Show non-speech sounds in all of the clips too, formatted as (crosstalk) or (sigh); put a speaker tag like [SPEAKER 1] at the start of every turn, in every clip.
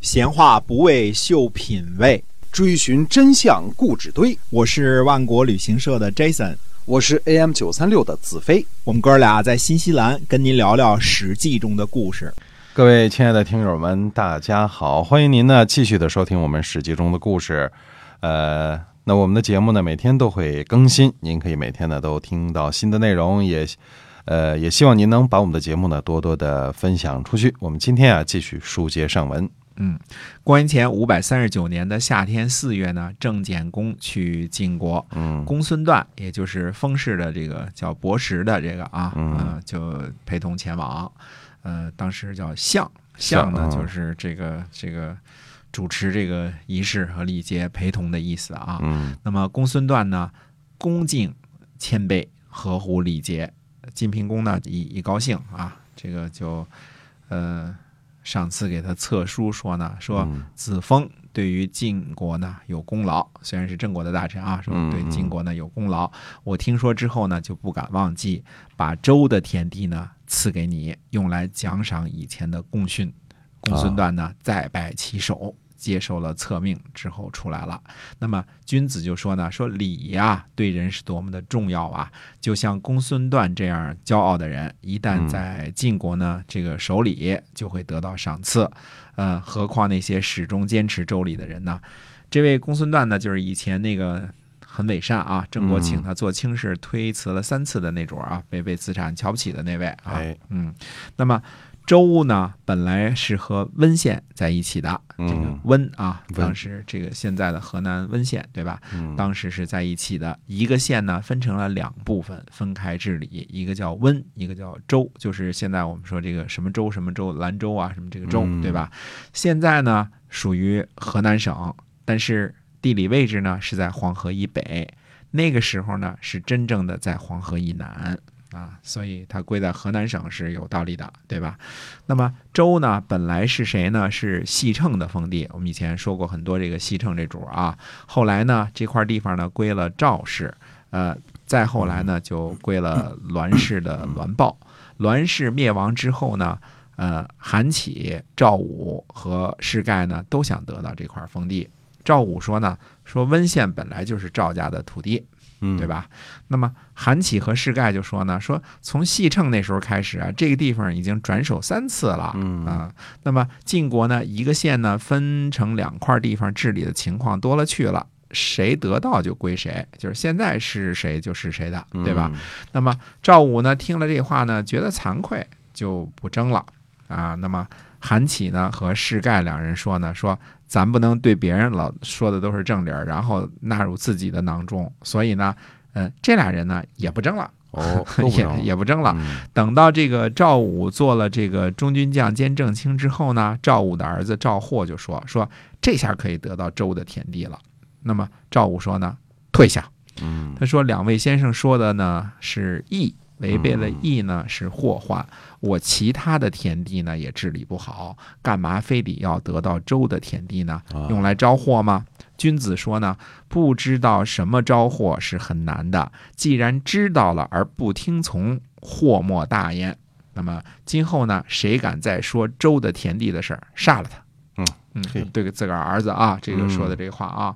[SPEAKER 1] 闲话不为秀品味，
[SPEAKER 2] 追寻真相故纸堆。
[SPEAKER 1] 我是万国旅行社的 Jason，
[SPEAKER 2] 我是 AM 九三六的子飞。
[SPEAKER 1] 我们哥俩在新西兰跟您聊聊《史记》中的故事。
[SPEAKER 3] 各位亲爱的听友们，大家好！欢迎您呢继续的收听我们《史记》中的故事。呃，那我们的节目呢每天都会更新，您可以每天呢都听到新的内容，也呃也希望您能把我们的节目呢多多的分享出去。我们今天啊继续书接上文。
[SPEAKER 4] 嗯，公元前五百三十九年的夏天四月呢，郑简公去晋国，
[SPEAKER 3] 嗯，
[SPEAKER 4] 公孙段，也就是封氏的这个叫伯石的这个啊，
[SPEAKER 3] 嗯
[SPEAKER 4] 呃就陪同前往。呃，当时叫相，
[SPEAKER 3] 相
[SPEAKER 4] 相呢
[SPEAKER 3] 嗯
[SPEAKER 4] 就是这个这个主持这个仪式和礼节陪同的意思啊。
[SPEAKER 3] 嗯
[SPEAKER 4] 那么公孙段呢，恭敬谦卑，合乎礼节。晋平公呢，一一高兴啊，这个就呃赏赐给他册书说呢，说。
[SPEAKER 3] 嗯
[SPEAKER 4] 啊子封对于晋国呢有功劳，虽然是郑国的大臣啊，说
[SPEAKER 3] 嗯
[SPEAKER 4] 对
[SPEAKER 3] 嗯
[SPEAKER 4] 晋国呢有功劳。我听说之后呢，就不敢忘记，把周的田地呢赐给你，用来奖赏以前的功勋。公
[SPEAKER 3] 啊
[SPEAKER 4] 孙段呢再拜其手，接受了册命之后出来了。那么君子就说呢，说礼呀、对人是多么的重要啊！就像公孙段这样骄傲的人，一旦
[SPEAKER 3] 嗯
[SPEAKER 4] 在晋国呢这个手里，就会得到赏赐。呃，何况那些始终坚持周礼的人呢？这位公孙段呢，就是以前那个很伪善啊，郑国
[SPEAKER 3] 嗯
[SPEAKER 4] 请他做卿士，推辞了三次的那种啊，被被子产瞧不起的那位啊。
[SPEAKER 3] 哎，
[SPEAKER 4] 嗯，那么周呢，本来是和温县在一起的，这个
[SPEAKER 3] 嗯
[SPEAKER 4] 温啊，
[SPEAKER 3] 温
[SPEAKER 4] 当时这个现在的河南温县，对吧？
[SPEAKER 3] 嗯
[SPEAKER 4] 当时是在一起的。一个县呢分成了两部分，分开治理，一个叫温，一个叫州，就是现在我们说这个什么州什么州，兰州啊什么这个州，
[SPEAKER 3] 嗯
[SPEAKER 4] 对吧？现在呢属于河南省，但是地理位置呢是在黄河以北。那个时候呢是真正的在黄河以南啊，所以它归在河南省是有道理的，对吧？那么周呢，本来是谁呢？是西城的封地。我们以前说过很多这个西城这主啊，后来呢，这块地方呢归了赵氏，呃，再后来呢就归了栾氏的栾豹。栾氏灭亡之后呢，呃，韩起、赵武和士盖呢都想得到这块封地。赵武说呢，说温县本来就是赵家的土地，
[SPEAKER 3] 嗯，
[SPEAKER 4] 对？吧？那么韩起和士盖就说呢，说从戏称那时候开始啊，这个地方已经转手三次了，
[SPEAKER 3] 嗯
[SPEAKER 4] 啊，那么晋国呢，一个县呢分成两块地方治理的情况多了去了，谁得到就归谁，就是现在是谁就是谁的，对吧？那么赵武呢，听了这话呢，觉得惭愧，就不争了啊。那么韩起呢和士盖两人说呢，说咱不能对别人老说的都是正理儿，然后纳入自己的囊中，所以呢，呃，这俩人呢也不争了， (laughs)
[SPEAKER 3] 哦，都不
[SPEAKER 4] 也
[SPEAKER 3] 成
[SPEAKER 4] 也不争了。
[SPEAKER 3] 嗯
[SPEAKER 4] 等到这个赵武做了这个中军将兼正卿之后呢，赵武的儿子赵获就说说这下可以得到周的田地了。那么赵武说呢，退下。
[SPEAKER 3] 嗯
[SPEAKER 4] 他说：“两位先生说的呢是义，违背
[SPEAKER 3] 嗯
[SPEAKER 4] 了义呢是祸患。我其他的田地呢也治理不好，干嘛非得要得到周的田地呢？
[SPEAKER 3] 啊
[SPEAKER 4] 用来招祸吗？”君子说呢，不知道什么招祸是很难的，既然知道了而不听从，祸莫大焉。那么今后呢，谁敢再说周的田地的事儿，杀了他。
[SPEAKER 3] 嗯嘿嗯
[SPEAKER 4] 嗯，对个自个儿儿子啊，这个说的这个话啊，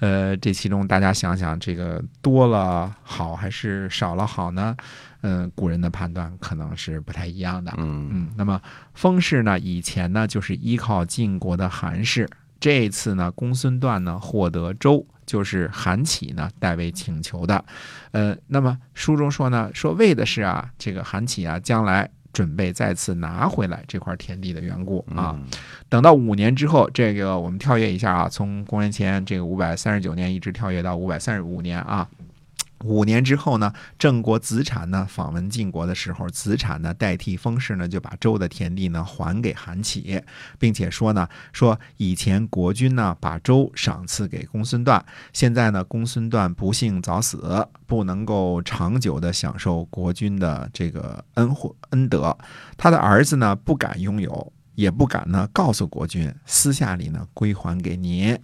[SPEAKER 4] 呃，这其中大家想想，这个多了好还是少了好呢？嗯、古人的判断可能是不太一样的。
[SPEAKER 3] 嗯
[SPEAKER 4] 嗯，那么封氏呢，以前呢就是依靠晋国的韩氏，这一次呢，公孙段呢获得周，就是韩起呢代为请求的。呃，那么书中说呢，说为的是啊，这个韩起啊将来准备再次拿回来这块田地的缘故啊。
[SPEAKER 3] 嗯
[SPEAKER 4] 等到五年之后，这个我们跳跃一下啊，从公元前这个五百三十九年一直跳跃到五百三十五年啊。五年之后呢，郑国子产呢访问晋国的时候，子产呢代替封氏呢就把周的田地呢还给韩起，并且说呢说以前国君呢把周赏赐给公孙段，现在呢公孙段不幸早死，不能够长久的享受国君的这个恩惠恩德，他的儿子呢不敢拥有，也不敢呢告诉国君，私下里呢归还给您。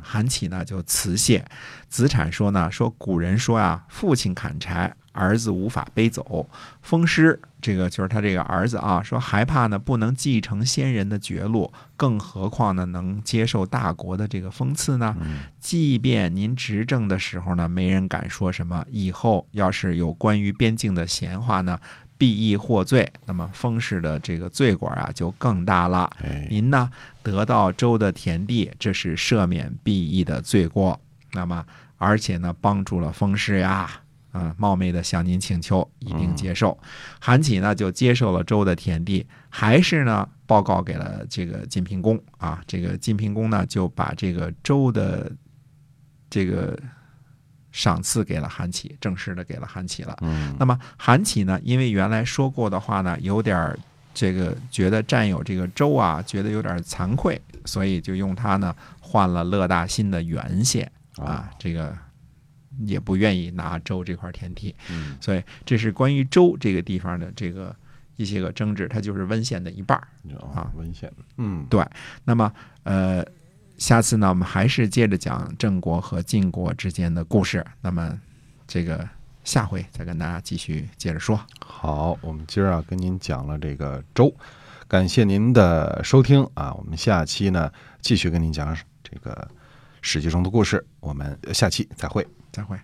[SPEAKER 4] 韩起呢就辞谢。子产说呢，说古人说啊，父亲砍柴，儿子无法背走。风师这个就是他这个儿子啊，说害怕呢不能继承先人的绝路，更何况呢能接受大国的这个封赐呢？即便您执政的时候呢，没人敢说什么，以后要是有关于边境的闲话呢，必易获罪。那么封氏的这个罪过啊就更大了。
[SPEAKER 3] 哎，
[SPEAKER 4] 您呢得到州的田地，这是赦免必役的罪过。那么，而且呢，帮助了风师呀，啊、冒昧的向您请求，一并接受。韩起呢就接受了州的田地，还是呢报告给了这个晋平公啊。这个晋平公呢就把这个州的这个赏赐给了韩起，正式的给了韩起了。
[SPEAKER 3] 嗯，
[SPEAKER 4] 那么韩起呢，因为原来说过的话呢，有点儿这个觉得占有这个州啊，觉得有点儿惭愧，所以就用它呢换了乐大新的原县
[SPEAKER 3] 哦
[SPEAKER 4] 啊，这个也不愿意拿州这块田地，
[SPEAKER 3] 嗯
[SPEAKER 4] 所以这是关于州这个地方的这个一些个争执，它就是温县的一半儿。
[SPEAKER 3] 啊，文献，嗯，
[SPEAKER 4] 那么呃，下次呢，我们还是接着讲郑国和晋国之间的故事。那么这个下回再跟大家继续接着说。
[SPEAKER 3] 好，我们今儿啊跟您讲了这个周，感谢您的收听啊，我们下期呢继续跟您讲这个史记中的故事，我们下期再会。
[SPEAKER 4] 再会。